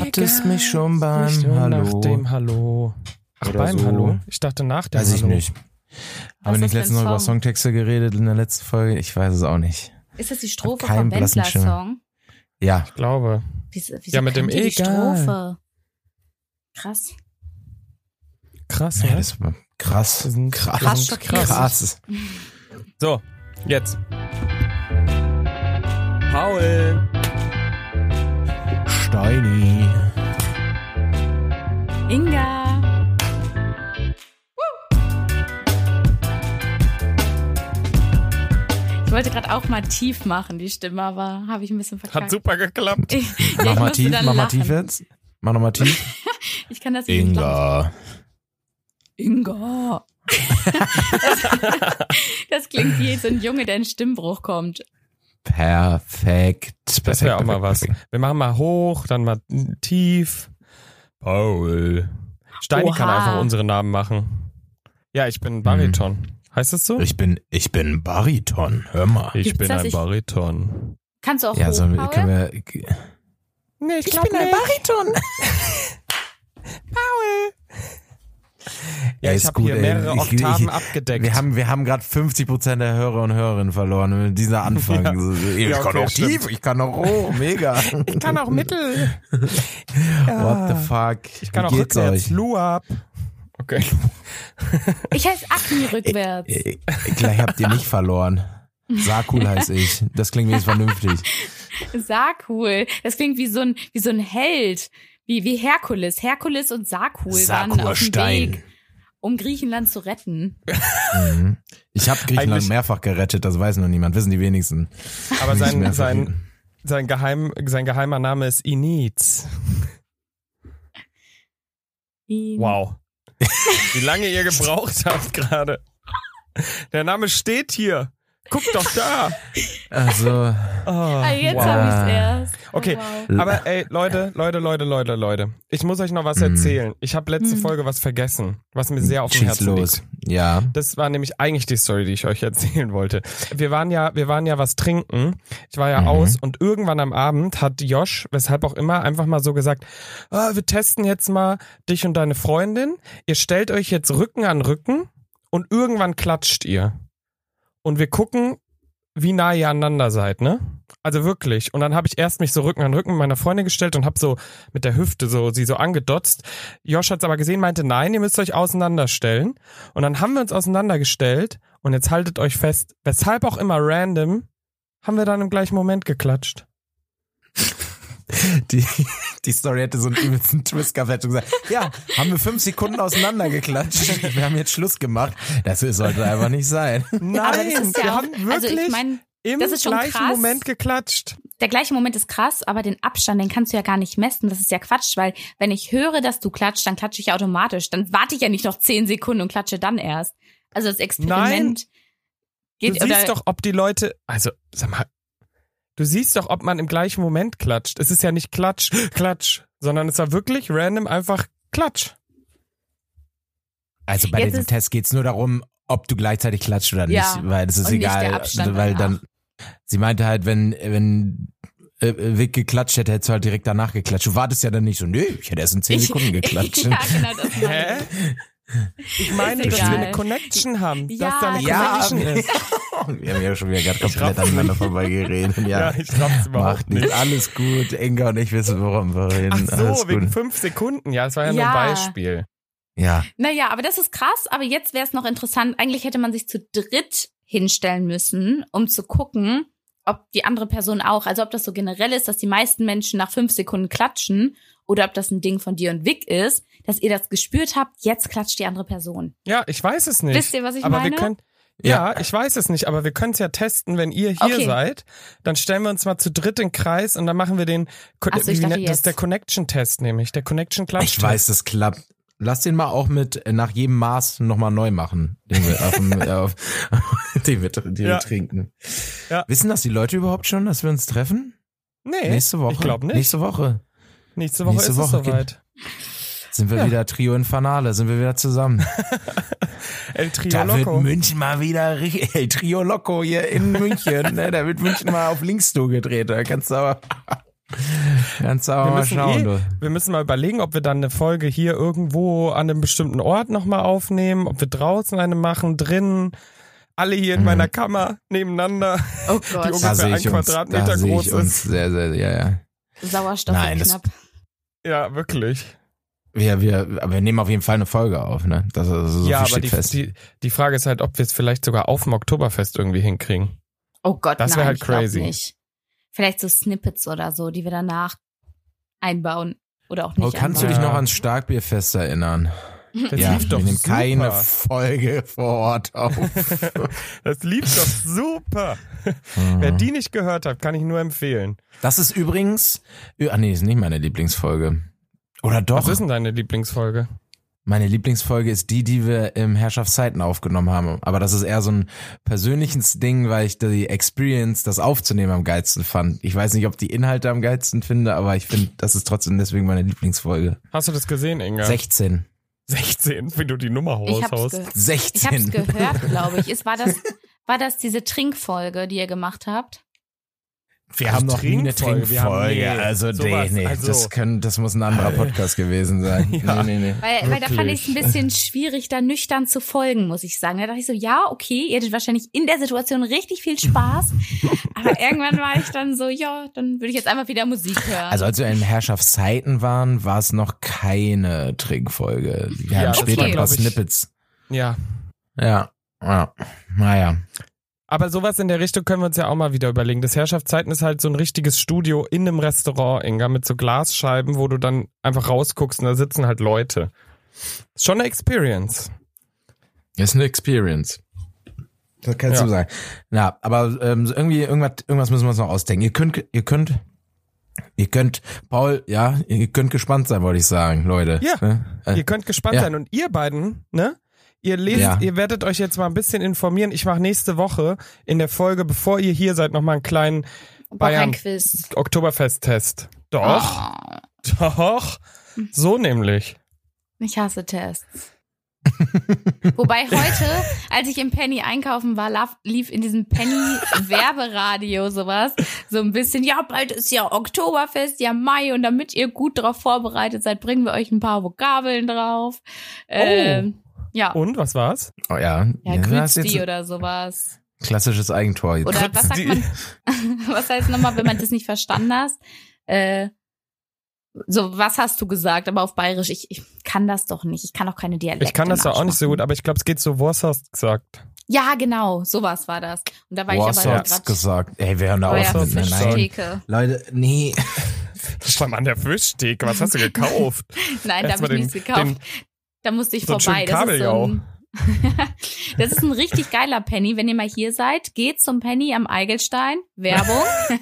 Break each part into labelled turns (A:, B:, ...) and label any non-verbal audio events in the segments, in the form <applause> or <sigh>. A: Hattest mich schon beim
B: Nicht nur Nach
A: Hallo.
B: dem Hallo. Ach,
A: Oder
B: beim
A: so.
B: Hallo? Ich dachte nach dem
A: Weiß ich
B: Hallo.
A: nicht. Haben wir
C: ist das
A: nicht
C: für
A: letztens noch
C: ein
A: über
C: Song?
A: Songtexte geredet in der letzten Folge? Ich weiß es auch nicht.
C: Ist das die Strophe
A: keinen
C: vom
A: blassen
C: Wendler-Song?
A: Ja,
B: Ich glaube.
C: Wieso, wieso
B: Ja, mit dem
C: kennt ihr die
B: Egal.
C: Strophe? Krass.
B: Krass,
A: ja
B: ne?
A: das war krass.
B: Wir sind-
A: Krass.
B: wir
C: Krass
B: sind
C: schockiert.
A: Krass.
B: So, jetzt.
D: Paul.
A: Steini.
C: Inga. Ich wollte gerade auch mal tief machen, die Stimme, aber habe ich ein bisschen verkackt.
B: Hat super geklappt.
C: <laughs> Ich, ja,
A: Mach
C: ich
A: mal
C: musste
A: tief,
C: dann
A: mach mal
C: lachen.
A: tief jetzt. Mach nochmal
C: <laughs>
A: tief.
C: Ich kann das nicht glauben.
A: Inga.
C: Inga. das, <laughs> das klingt wie so ein Junge, der in Stimmbruch kommt.
A: Perfekt.
B: Das
A: Perfekt,
B: wäre auch mal
A: perfekt,
B: was.
A: perfekt.
B: Wir machen mal hoch, dann mal tief. Paul. Steini kann
C: Oha.
B: einfach unsere Namen machen. Ja, ich
A: Mhm.
B: bin Bariton. Heißt es so?
A: Ich bin, ich bin Bariton. Hör mal.
B: Ich
C: Gibt's
B: bin
C: das?
B: ein
C: Ich-
B: Bariton.
C: Kannst du auch
A: Ja,
C: hoch,
A: so
C: Paul?
A: können wir.
B: Nee,
A: Ich bin ein Bariton.
B: Ja,
A: Ey,
B: ich
A: ist
B: habe
A: gut,
B: hier
A: ey.
B: mehrere
A: Ich- ich-
B: Oktaven abgedeckt.
A: Wir haben, wir haben gerade 50% der Hörer und Hörerinnen verloren mit dieser
B: <laughs>
A: Anfang.
B: Ja.
A: So, so, Ich
B: Ja,
A: kann
B: okay,
A: auch
B: stimmt.
A: tief, ich kann auch hoch,
B: <laughs>
A: mega.
B: ich kann auch Mittel.
A: What the fuck?
B: Ich kann
A: Wie
B: auch
A: geht's
B: rückwärts.
A: euch?
B: Luab. Okay.
C: Ich heiße Agni rückwärts.
A: Äh, Gleich habt ihr nicht verloren. Sakul heiß ich. Das klingt wenigstens vernünftig.
C: Sarkul. Das klingt wie so ein, wie so ein Held. Wie, wie Herkules. Herkules und Sarkul waren auf dem
A: Sakurstein.
C: Weg, um Griechenland zu retten.
A: Mhm. Ich habe Griechenland
B: Eigentlich-
A: mehrfach gerettet, das weiß noch niemand, wissen die wenigsten.
B: Aber
A: Ich
B: sein,
A: mehrfach-
B: sein, sein, geheim, sein geheimer Name ist Iniz.
C: Ihn-
B: Wow. Wie lange ihr gebraucht habt gerade. Der Name steht hier. Guck doch da.
A: Also,
B: Oh,
C: Ah, jetzt
B: wow.
C: habe ich es erst. Oh,
B: Okay.
C: Wow.
B: Aber ey, Leute, Leute, Leute, Leute, Leute. Ich muss euch noch was
A: Mhm.
B: erzählen. Ich habe letzte
C: Mhm.
B: Folge was vergessen, was mir sehr auf dem
A: schieß
B: Herzen
A: los.
B: liegt.
A: Ja.
B: Das war nämlich eigentlich die Story, die ich euch erzählen wollte. Wir waren ja, wir waren ja was trinken. Ich war ja
A: Mhm.
B: aus und irgendwann am Abend hat Josh, weshalb auch immer, einfach mal so gesagt, ah, wir testen jetzt mal dich und deine Freundin. Ihr stellt euch jetzt Rücken an Rücken und irgendwann klatscht ihr. Und wir gucken, wie nah ihr aneinander seid, ne? Also wirklich. Und dann habe ich erst mich so Rücken an Rücken mit meiner Freundin gestellt und habe so mit der Hüfte so sie so angedotzt. Josh hat's aber gesehen, meinte, nein, ihr müsst euch auseinanderstellen. Und dann haben wir uns auseinandergestellt und jetzt haltet euch fest, weshalb auch immer random, haben wir dann im gleichen Moment geklatscht.
A: Die, die Story hätte so einen übelsten Twist gehabt. Hätte gesagt, ja, haben wir fünf Sekunden auseinandergeklatscht. Wir haben jetzt Schluss gemacht. Das sollte einfach nicht sein.
B: Nein,
C: <laughs> Aber das ist
B: wir
C: ja auch,
B: haben wirklich
C: also ich meine,
B: im
C: das ist schon
B: gleichen
C: krass.
B: Moment geklatscht.
C: der gleiche Moment ist krass, aber den Abstand, den kannst du ja gar nicht messen. Das ist ja Quatsch, weil wenn ich höre, dass du klatscht, dann klatsche ich ja automatisch. Dann warte ich ja nicht noch zehn Sekunden und klatsche dann erst. Also das Experiment geht
B: du
C: oder
B: siehst
C: <laughs>
B: doch, ob die Leute, also sag mal, du siehst doch, ob man im gleichen Moment klatscht. Es ist ja nicht klatsch, klatsch, sondern es war wirklich random einfach klatsch.
A: Also bei
C: Jetzt
A: diesem
C: ist-
A: Test geht's nur darum, ob du gleichzeitig klatscht oder nicht,
C: Ja.
A: weil das ist
C: Und nicht
A: egal, also
C: der Abstand
A: weil dann
C: danach.
A: sie meinte halt, wenn wenn äh, äh, Vic geklatscht hätte, hättest du halt direkt danach geklatscht. Du wartest ja dann nicht so, nö, ich hätte erst in zehn
C: Ich-
A: Sekunden geklatscht.
C: <laughs> ja, genau, das meine
B: Hä?
C: ich.
B: Ich meine,
C: Ist
B: dass wir
C: egal.
B: eine Connection haben, dass
C: Ja,
B: da eine
A: Ja,
B: Connection
A: wir-
B: ist.
C: <laughs>
A: Wir haben ja schon wieder gerade
B: raff
A: komplett
B: nicht.
A: aneinander vorbeigeredet.
B: Ja,
A: Ja,
B: ich raff's überhaupt
A: macht
B: nicht.
A: nichts. Alles gut. Inga und ich wissen, worum wir
B: Ach
A: reden. Alles
B: so, wegen fünf Sekunden. Ja, das war ja, nur
C: Ja.
B: ein Beispiel.
A: Ja,
C: Naja, aber das ist krass, aber jetzt wäre es noch interessant. Eigentlich hätte man sich zu dritt hinstellen müssen, um zu gucken, ob die andere Person auch, also ob das so generell ist, dass die meisten Menschen nach fünf Sekunden klatschen oder ob das ein Ding von dir und Vic ist, dass ihr das gespürt habt, jetzt klatscht die andere Person.
B: Ja, ich weiß es nicht.
C: Wisst ihr, was ich
B: aber
C: meine?
B: Wir können, ja, ich weiß es nicht, aber wir können es ja testen, wenn ihr hier
C: Okay.
B: seid, dann stellen wir uns mal zu dritt in den Kreis und dann machen wir den,
C: Ach so, ich
B: wie
C: dachte
B: nennt- das ist
C: jetzt.
B: der Connection-Test nämlich, der Connection-Klatsch.
A: ich weiß, das klappt. Lass den mal auch mit äh, nach jedem Maß nochmal neu machen, den wir,
B: <laughs>
A: auf, dem- äh, auf, <laughs> den wir, den wir
B: Ja.
A: trinken.
B: Ja.
A: Wissen das die Leute überhaupt schon, dass wir uns treffen?
B: Nee,
A: Nächste Woche?
B: ich glaube nicht.
A: Nächste Woche.
B: nächste Woche
A: nächste
B: ist
A: Woche
B: es soweit.
A: Sind wir
B: Ja.
A: wieder Trio Infernale, sind wir wieder zusammen.
B: El <laughs> Trio
A: Da wird
B: Loco.
A: München mal wieder, ri- <laughs> ey, Trio Loco hier in München, ne? da wird München mal auf Links gedreht, da kannst du aber, <laughs> Kannst du aber
B: Wir
A: mal
B: müssen,
A: schauen,
B: eh,
A: du.
B: wir müssen mal überlegen, ob wir dann eine Folge hier irgendwo an einem bestimmten Ort nochmal aufnehmen, ob wir draußen eine machen, drinnen, alle hier in
A: Mhm.
B: meiner Kammer nebeneinander. <laughs>
C: Oh
B: Die
C: Gott,
A: Da
B: ungefähr
A: sehe
B: ein
A: ich uns,
B: Quadratmeter
A: da sehe
B: groß
A: ich
B: ist.
A: uns sehr, sehr, ja, ja.
C: Sauerstoff
A: Nein,
C: wird
A: das-
C: knapp.
B: Ja, wirklich.
A: Wir, wir, aber wir nehmen auf jeden Fall eine Folge auf, ne? Das ist so
B: ja,
A: viel
B: aber
A: steht
B: die,
A: fest.
B: die, die Frage ist halt, ob wir es vielleicht sogar auf dem Oktoberfest irgendwie hinkriegen.
C: Oh Gott,
B: Das wär
C: nein,
B: halt
C: ich glaub
B: crazy.
C: Nicht. Vielleicht so Snippets oder so, die wir danach einbauen oder auch nicht.
A: oh, kannst du
C: einbauen.
A: dich
B: anbauen.
A: noch ans Starkbierfest erinnern?
C: Hm.
B: Das
A: ja,
B: lief doch
A: wir nehmen
B: super.
A: keine Folge vor Ort auf.
B: Das lief doch super. <laughs> Wer
A: Mhm.
B: die nicht gehört hat, kann ich nur empfehlen.
A: das ist übrigens, Ü- ah nee, ist nicht meine Lieblingsfolge. Oder doch?
B: Was ist denn deine Lieblingsfolge?
A: Meine Lieblingsfolge ist die, die wir im Herrschaftszeiten aufgenommen haben. Aber das ist eher so ein persönliches Ding, weil ich die Experience, das aufzunehmen, am geilsten fand. Ich weiß nicht, ob die Inhalte am geilsten finde, aber ich finde, das ist trotzdem deswegen meine Lieblingsfolge.
B: Hast du das gesehen, Inga?
A: 16.
B: 16, wenn du die Nummer
C: Ich hab's,
B: raushaust.
C: ge ich hab's
A: 16.
C: gehört, glaube ich. Ist,
B: <laughs>
C: war, das, war das diese Trinkfolge, die ihr gemacht habt?
A: <laughs> Wir
B: Also
A: haben noch nie eine
B: Trinkfolge, wir haben-
A: Trinkfolge.
B: nee,
A: also,
B: sowas,
A: nee, nee.
B: also- Äh.
A: Das, können, das muss ein anderer Podcast
B: <laughs>
A: gewesen sein.
B: Ja.
A: Nee, nee, nee.
C: Weil, weil da fand
B: Wirklich?
C: ich es ein bisschen schwierig, da nüchtern zu folgen, muss ich sagen. Da dachte ich so, ja, okay, ihr hättet wahrscheinlich in der Situation richtig viel Spaß.
B: <laughs>
C: aber irgendwann war ich dann so, ja, dann würde ich jetzt einfach wieder Musik hören.
A: Also als wir in Herrschaftszeiten waren, war es noch keine Trinkfolge. Wir
B: Ja,
A: haben
B: das
A: später
C: war,
A: ein paar
B: glaub ich-
A: Snippets.
B: Ja.
A: Ja. ja. Naja.
B: Aber sowas in der Richtung können wir uns ja auch mal wieder überlegen. Das Herrschaftszeiten ist halt so ein richtiges Studio in einem Restaurant, Inga, mit so Glasscheiben, wo du dann einfach rausguckst und da sitzen halt Leute. Ist schon eine Experience.
A: Ist eine Experience. Das kannst
B: Ja.
A: du sagen. Ja, aber ähm, so irgendwie irgendwas, irgendwas müssen wir uns noch ausdenken. Ihr könnt, ihr könnt, ihr könnt, Paul, ja, ihr könnt gespannt sein, wollte ich sagen, Leute.
B: Ja.
A: Ne? Äh,
B: Ihr könnt gespannt
A: Ja.
B: sein. Und ihr beiden, ne? Ihr lest,
A: Ja.
B: ihr werdet euch jetzt mal ein bisschen informieren. Ich mache nächste Woche in der Folge, bevor ihr hier seid, nochmal einen kleinen
C: Boah, kein
B: Bayern.
C: Quiz.
B: Oktoberfest-Test. Doch,
A: Ah.
C: Oh,
B: doch. So nämlich.
C: ich
B: <laughs>
C: hasse Tests. Wobei heute, als ich im Penny einkaufen war, laf- lief in diesem
B: <laughs>
C: Penny-Werberadio sowas so ein bisschen, ja, bald ist ja Oktoberfest, ja Mai und damit ihr gut drauf vorbereitet seid, bringen wir euch ein paar Vokabeln drauf.
B: Oh.
C: Ähm, ja,
B: Und, was war's?
A: Oh, Ah. ja.
C: ja,
A: das
C: grüß
A: ist
C: die
A: jetzt
C: oder sowas.
A: klassisches Eigentor. jetzt.
C: Oder was sagt
B: die.
C: man, <laughs> was heißt nochmal, wenn man das nicht verstanden hast? Äh, so, was hast du gesagt? Aber auf Bayerisch, ich, ich kann das doch nicht. Ich kann auch keine Dialekte.
B: Ich kann das ja
A: genau,
B: auch nicht so gut,
C: nachmachen.
B: aber ich glaube, es geht so, was hast gesagt.
C: Ja, genau, sowas war das. Und da war
A: Boah,
C: ich
A: hast
C: aber
A: du's gesagt. Ey, wir hören
C: Oh
A: da auf
B: ja,
A: mit ne? Nein.
C: Fischtheke.
A: Leute, nee.
B: Vor allem an der Fischtheke, was hast du gekauft?
C: Nein, da
B: Erst mal
C: habe ich
B: den-
C: nichts gekauft.
B: den-
C: da musste ich
B: so einen
C: vorbei.
B: schönen
C: Das ist, so
B: Kabeljau.
C: ein, <laughs> das ist ein richtig geiler Penny. Wenn ihr mal hier seid, geht zum Penny am Eigelstein. Werbung. <laughs>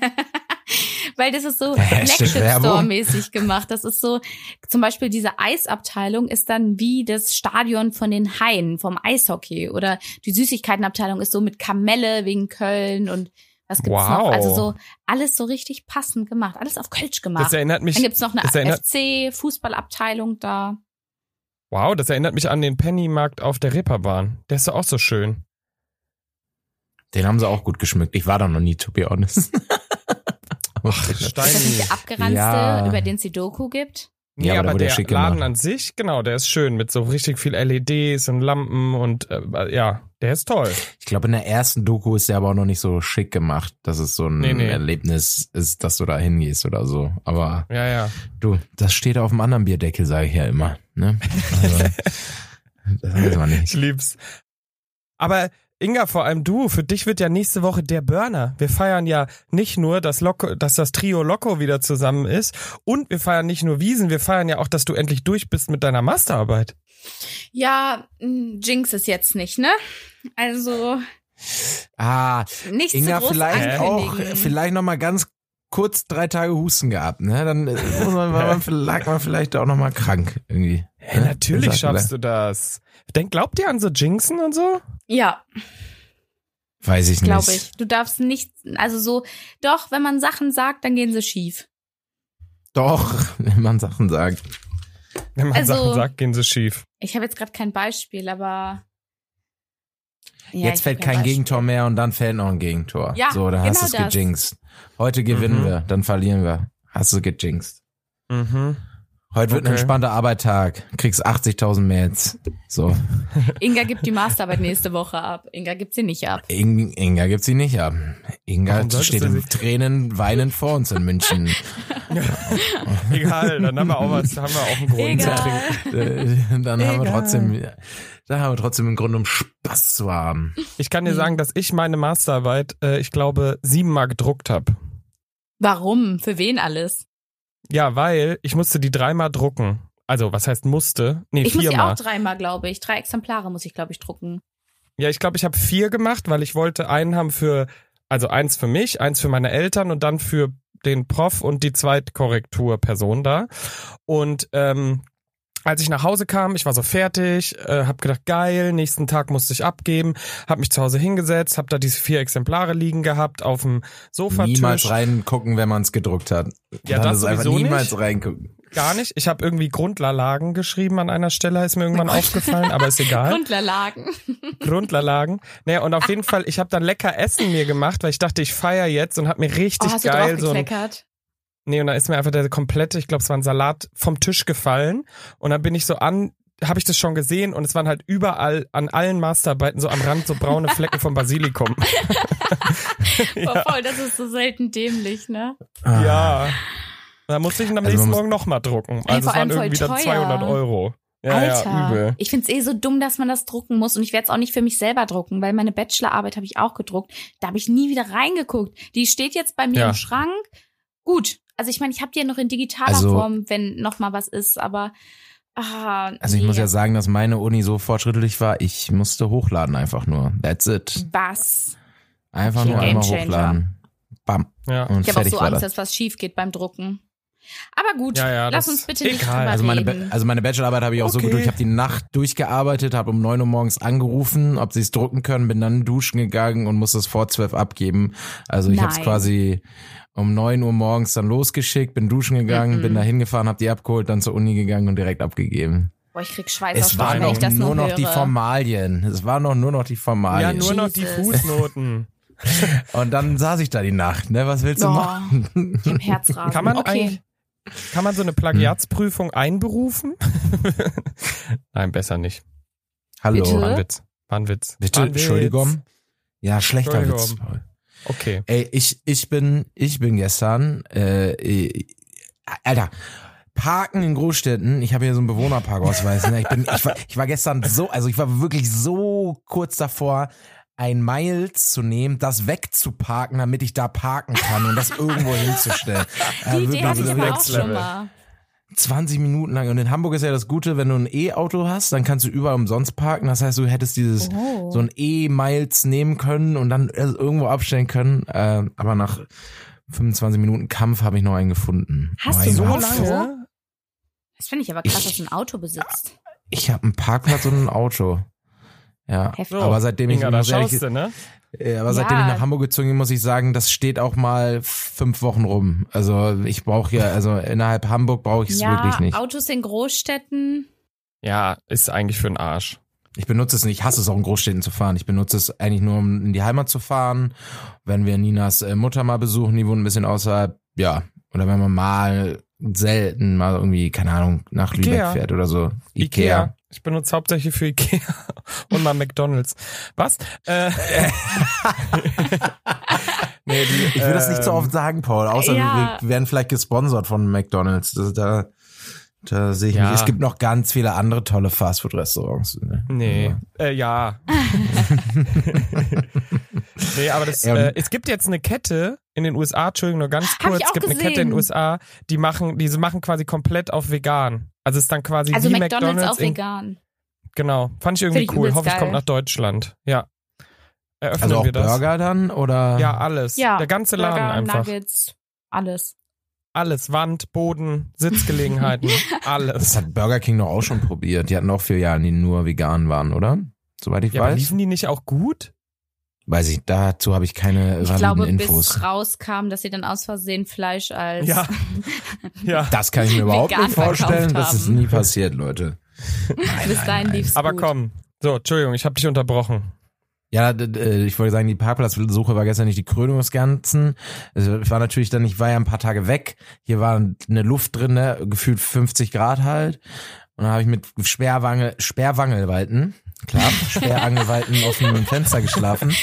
C: Weil das ist
B: Äh,
C: so
A: Hashtag
C: Flagship Store
A: Werbung.
C: mäßig gemacht. Das ist so, zum Beispiel diese Eisabteilung ist dann wie das Stadion von den Haien, vom Eishockey. Oder die Süßigkeitenabteilung ist so mit Kamelle wegen Köln und was gibt's noch?
B: Wow.
C: Also so alles so richtig passend gemacht. Alles auf Kölsch gemacht.
B: Das erinnert mich,
C: Dann gibt's noch eine
B: das erinnert-
C: FC-Fußballabteilung da.
B: wow, das erinnert mich an den Pennymarkt auf der Reeperbahn. Der ist doch auch so schön.
A: Den haben sie auch gut geschmückt. Ich war da noch nie, to be
C: <laughs>
A: honest.
C: Ist das nicht der
B: Stein.
C: abgeranzte,
A: Ja.
C: über den es die Doku gibt?
B: Nee,
A: Ja,
B: aber,
A: aber der wurde ja
B: der
A: schick
B: Laden
A: gemacht.
B: an sich, genau, der ist schön mit so richtig viel LEDs und Lampen und äh, ja, der ist toll.
A: Ich glaube, in der ersten Doku ist der aber auch noch nicht so schick gemacht, dass es so ein
B: Nee, nee.
A: Erlebnis ist, dass du da hingehst oder so. Aber
B: Ja, ja.
A: du, das steht auf dem anderen Bierdeckel, sage ich ja immer. Ne? Also, das weiß man
B: Ich
A: nicht.
B: lieb's. Aber Inga, vor allem du, für dich wird ja nächste Woche der Burner. Wir feiern ja nicht nur, dass, Loco, dass das Trio Loco wieder zusammen ist und wir feiern nicht nur Wiesen, wir feiern ja auch, dass du endlich durch bist mit deiner Masterarbeit.
C: Ja, mh, Jinx ist jetzt nicht, ne? Also
A: Ah,
C: nichts
A: Inga
C: zu groß
A: vielleicht auch,
C: ankündigen.
A: vielleicht noch mal ganz kurz drei Tage Husten gehabt. Ne? Dann äh, muss man, war
B: <laughs>
A: man, lag man vielleicht auch noch mal krank irgendwie.
B: Hey,
A: ne?
B: natürlich
A: Das sagt man
B: schaffst du das. Denk, glaubt ihr an so Jinxen und so?
C: Ja,
A: da. Weiß ich nicht.
C: glaube ich. Du darfst nicht, also so, doch, wenn man Sachen sagt, dann gehen sie schief.
A: Doch, <laughs> wenn man Sachen sagt.
B: Wenn man
C: Also-
B: Sachen sagt, gehen sie schief.
C: Ich habe jetzt gerade kein Beispiel, aber. Ja, ich
A: Jetzt
C: hab
A: fällt kein
C: Beispiel.
A: Gegentor mehr und dann fällt noch ein Gegentor.
C: Ja,
A: so, dann hast
C: genau
A: du es
C: das.
A: gejinxt. Heute gewinnen
B: Mhm.
A: wir, dann verlieren wir. Hast du gejinxt.
B: Mhm.
A: Heute wird ein
B: Okay.
A: entspannter Arbeitstag. Kriegst 80.000 Mails. So.
C: Inga gibt die Masterarbeit nächste Woche ab. Inga gibt sie nicht ab.
A: Ing Inga gibt sie nicht ab. Inga
B: Warum solltest
A: steht
B: du
A: in
B: sie-
A: Tränen weinend vor uns in
B: <laughs>
A: München.
B: Egal, dann haben wir auch was, haben wir auch einen Grund
C: Egal.
B: zu trinken.
A: Äh, Dann haben wir
B: Egal.
A: trotzdem, dann haben wir trotzdem einen Grund, um Spaß zu haben.
B: Ich kann
C: Mhm.
B: dir sagen, dass ich meine Masterarbeit, äh, ich glaube, siebenmal gedruckt habe.
C: Warum? Für wen alles?
B: Ja, weil ich musste die dreimal drucken. Also, was heißt musste? Nee,
C: Ich muss sie
B: viermal.
C: auch dreimal, glaube ich. Drei Exemplare muss ich, glaube ich, drucken.
B: ja, ich glaube, ich habe vier gemacht, weil ich wollte einen haben für, also eins für mich, eins für meine Eltern und dann für den Prof und die Zweitkorrekturperson da. Und ähm, als ich nach Hause kam, ich war so fertig, äh, habe gedacht, geil, nächsten Tag musste ich abgeben, habe mich zu Hause hingesetzt, habe da diese vier Exemplare liegen gehabt auf dem Sofatisch.
A: Niemals reingucken, wenn man es gedruckt hat.
B: Ja,
A: Dann
B: das
A: ist einfach
B: sowieso
A: niemals
B: nicht.
A: reingucken.
B: Gar nicht. Ich habe irgendwie Grundlagen geschrieben an einer Stelle, ist mir irgendwann
C: Oh
B: aufgefallen, aber ist
C: <laughs>
B: egal.
C: Grundlagen.
B: Grundlagen. Naja, und auf
C: Ah.
B: jeden Fall, ich habe dann lecker Essen mir gemacht, weil ich dachte, ich feier jetzt und habe mir
C: Oh,
B: richtig
C: hast
B: geil
C: du
B: so ein,
C: draufgekleckert?
B: Nee, und dann ist mir einfach der komplette, ich glaube, es war ein Salat vom Tisch gefallen und dann bin ich so an habe ich das schon gesehen und es waren halt überall an allen Masterarbeiten so am Rand so braune Flecken vom
C: <laughs>
B: Basilikum. <laughs>
C: Oh, voll, das ist so selten dämlich, ne?
A: Ah.
B: Ja. Da musste ich ihn am
A: Also man
B: nächsten
A: muss-
B: Morgen nochmal drucken.
C: Ey,
B: Also
C: vor
B: es waren
C: allem voll
B: irgendwie dann
C: teuer.
B: 200 Euro. Ja,
C: Alter,
B: ja, übel.
C: ich find's eh so dumm, dass man das drucken muss und ich werde es auch nicht für mich selber drucken, weil meine Bachelorarbeit habe ich auch gedruckt. Da habe ich nie wieder reingeguckt. Die steht jetzt bei mir
B: Ja.
C: im Schrank. Gut, also ich meine, ich habe die ja noch in digitaler
A: Also-
C: Form, wenn noch mal was ist, aber ah,
A: Also ich
C: nee.
A: muss ja sagen, dass meine Uni so fortschrittlich war, ich musste hochladen einfach nur. That's it.
C: was?
A: Einfach
C: Okay,
A: nur einmal
C: Gamechanger.
A: hochladen. Bam.
B: Ja.
A: Und
C: Ich habe auch
A: fertig
C: so
A: war
C: Angst,
A: das.
C: dass was schief geht beim Drucken. Aber gut,
B: Ja, ja,
C: lass
B: das-
C: uns bitte nicht
B: egal.
C: drüber
A: Also meine, Ba-
C: reden.
A: also meine Bachelorarbeit habe ich auch so
B: Okay.
A: gedruckt. Ich habe die Nacht durchgearbeitet, habe um 9 Uhr morgens angerufen, ob sie es drucken können, bin dann duschen gegangen und musste es vor 12 abgeben. Also ich habe es
C: Nein.
A: quasi um 9 Uhr morgens dann losgeschickt, bin duschen gegangen,
C: Mhm.
A: bin da hingefahren, habe die abgeholt, dann zur Uni gegangen und direkt abgegeben.
C: Boah, ich krieg Schweiß
A: es waren
C: wenn
A: noch
C: ich das
A: nur
C: nur
A: noch
C: höre.
A: die Formalien. Es waren noch nur noch die
B: Ja,
A: Formalien.
B: nur noch die
C: Jesus.
B: Fußnoten.
A: und dann saß ich da die Nacht, ne? Was willst du machen?
C: Boah, ich hab Herzrasen.
B: Kann man
C: okay.
B: eigentlich, kann man so eine Plagiatsprüfung einberufen? Hm. <laughs> Nein, besser nicht.
A: Hallo.
C: Bitte?
B: War ein Witz. War ein Witz.
A: Bitte,
B: War ein Witz.
A: Entschuldigung. Ja, schlechter Witz.
B: Entschuldigung. Okay.
A: Ey, ich, ich bin, ich bin gestern, äh, äh, Alter, Parken in Großstädten, ich habe hier so einen Bewohnerparkausweis, ne? Ich bin, ich war, ich war gestern so, also ich war wirklich so kurz davor, ein Miles zu nehmen, das wegzuparken, damit ich da parken kann und das irgendwo hinzustellen. Ja,
C: Die Idee
A: wirklich,
C: hatte ich
A: so
C: aber auch
A: next
C: schon
A: level.
C: mal.
A: 20 Minuten lang. Und in Hamburg ist ja das Gute, wenn du ein E-Auto hast, dann kannst du überall umsonst parken. Das heißt, du hättest dieses
C: Oh.
A: so ein E-Miles nehmen können und dann erst irgendwo abstellen können. Äh, aber nach 25 Minuten Kampf habe ich noch einen gefunden.
C: Hast
A: Aber
C: du
A: ich
B: So
A: war-
B: lange?
C: Das finde ich aber krass, dass du ein Auto besitzt.
A: Ich habe einen Parkplatz und ein Auto. Ja,
C: Heftig.
A: aber seitdem ich,
B: Inga, da
A: muss ehrlich,
B: schaust du, ne?
A: äh, aber seitdem
C: Ja.
A: ich nach Hamburg gezogen bin, muss ich sagen, das steht auch mal fünf Wochen rum. Also ich brauche ja, also innerhalb Hamburg brauche ich es wirklich nicht.
C: Autos in Großstädten.
B: Ja, ist eigentlich für den Arsch.
A: Ich benutze es nicht. Ich hasse es auch in Großstädten zu fahren. Ich benutze es eigentlich nur, um in die Heimat zu fahren. Wenn wir Ninas äh, Mutter mal besuchen, die wohnt ein bisschen außerhalb. Ja. Oder wenn man mal selten mal irgendwie, keine Ahnung, nach Lübeck
B: Ikea.
A: fährt oder so. Ikea.
B: Ikea. Ich benutze hauptsächlich für Ikea und mal McDonalds. Was? <laughs> Äh, nee, die,
A: Ich will das nicht so
B: ähm,
A: oft sagen, Paul. Außer
C: Ja.
A: wir werden vielleicht gesponsert von McDonalds. Das, da da sehe ich
B: Ja.
A: mich. Es gibt noch ganz viele andere tolle Fastfood-Restaurants. ne?
B: Nee, <laughs>
A: Also,
B: äh, ja. nee, aber das,
A: Ja, und-
B: äh, es gibt jetzt eine Kette in den USA, Entschuldigung, nur ganz
C: Hab ich
B: kurz, es
C: auch
B: gibt eine Kette in den
C: gesehen.
B: USA, die machen, die machen quasi komplett auf vegan. Also es ist dann quasi
C: Also
B: wie
C: McDonalds, auch
B: in,
C: vegan.
B: Genau, fand ich irgendwie
C: Finde ich
B: cool,
C: übelst
B: hoffe es
C: geil.
B: kommt nach Deutschland. Ja. Eröffnen
A: also auch
B: wir das.
A: Burger dann? Oder?
B: Ja, alles.
C: Ja,
B: Der ganze Laden
C: Burger,
B: einfach.
C: Nuggets, alles.
B: Alles, Wand, Boden,
C: <laughs>
B: Sitzgelegenheiten,
A: Das
B: alles.
A: hat Burger King doch auch schon probiert. Die hatten auch vier Jahre, die nur vegan waren, oder? Soweit ich
B: Ja, aber
A: weiß.
B: liefen die nicht auch gut?
A: Weiß ich, dazu habe ich keine
C: Ich glaube,
A: validen Infos.
C: bis rauskam, dass sie dann aus Versehen Fleisch als <laughs>
B: Ja. Ja.
A: Das kann ich mir überhaupt
C: Vegan
A: nicht vorstellen.
C: verkauft
A: Das ist
C: haben.
A: nie passiert, Leute. Nein,
C: <laughs> bis dahin lief's
B: Aber
C: gut.
B: komm. So, Entschuldigung, ich habe dich unterbrochen.
A: Ja, d- d- ich wollte sagen, die Parkplatzsuche war gestern nicht die Krönung des Ganzen. Also ich war natürlich dann, ich war ja ein paar Tage weg. Hier war eine Luft drin, ne? gefühlt 50 Grad halt. Und dann habe ich mit Sperrwangel, Sperrwangelwalten, klar, Sperrangelwalten aus
C: <laughs>
A: dem Fenster geschlafen.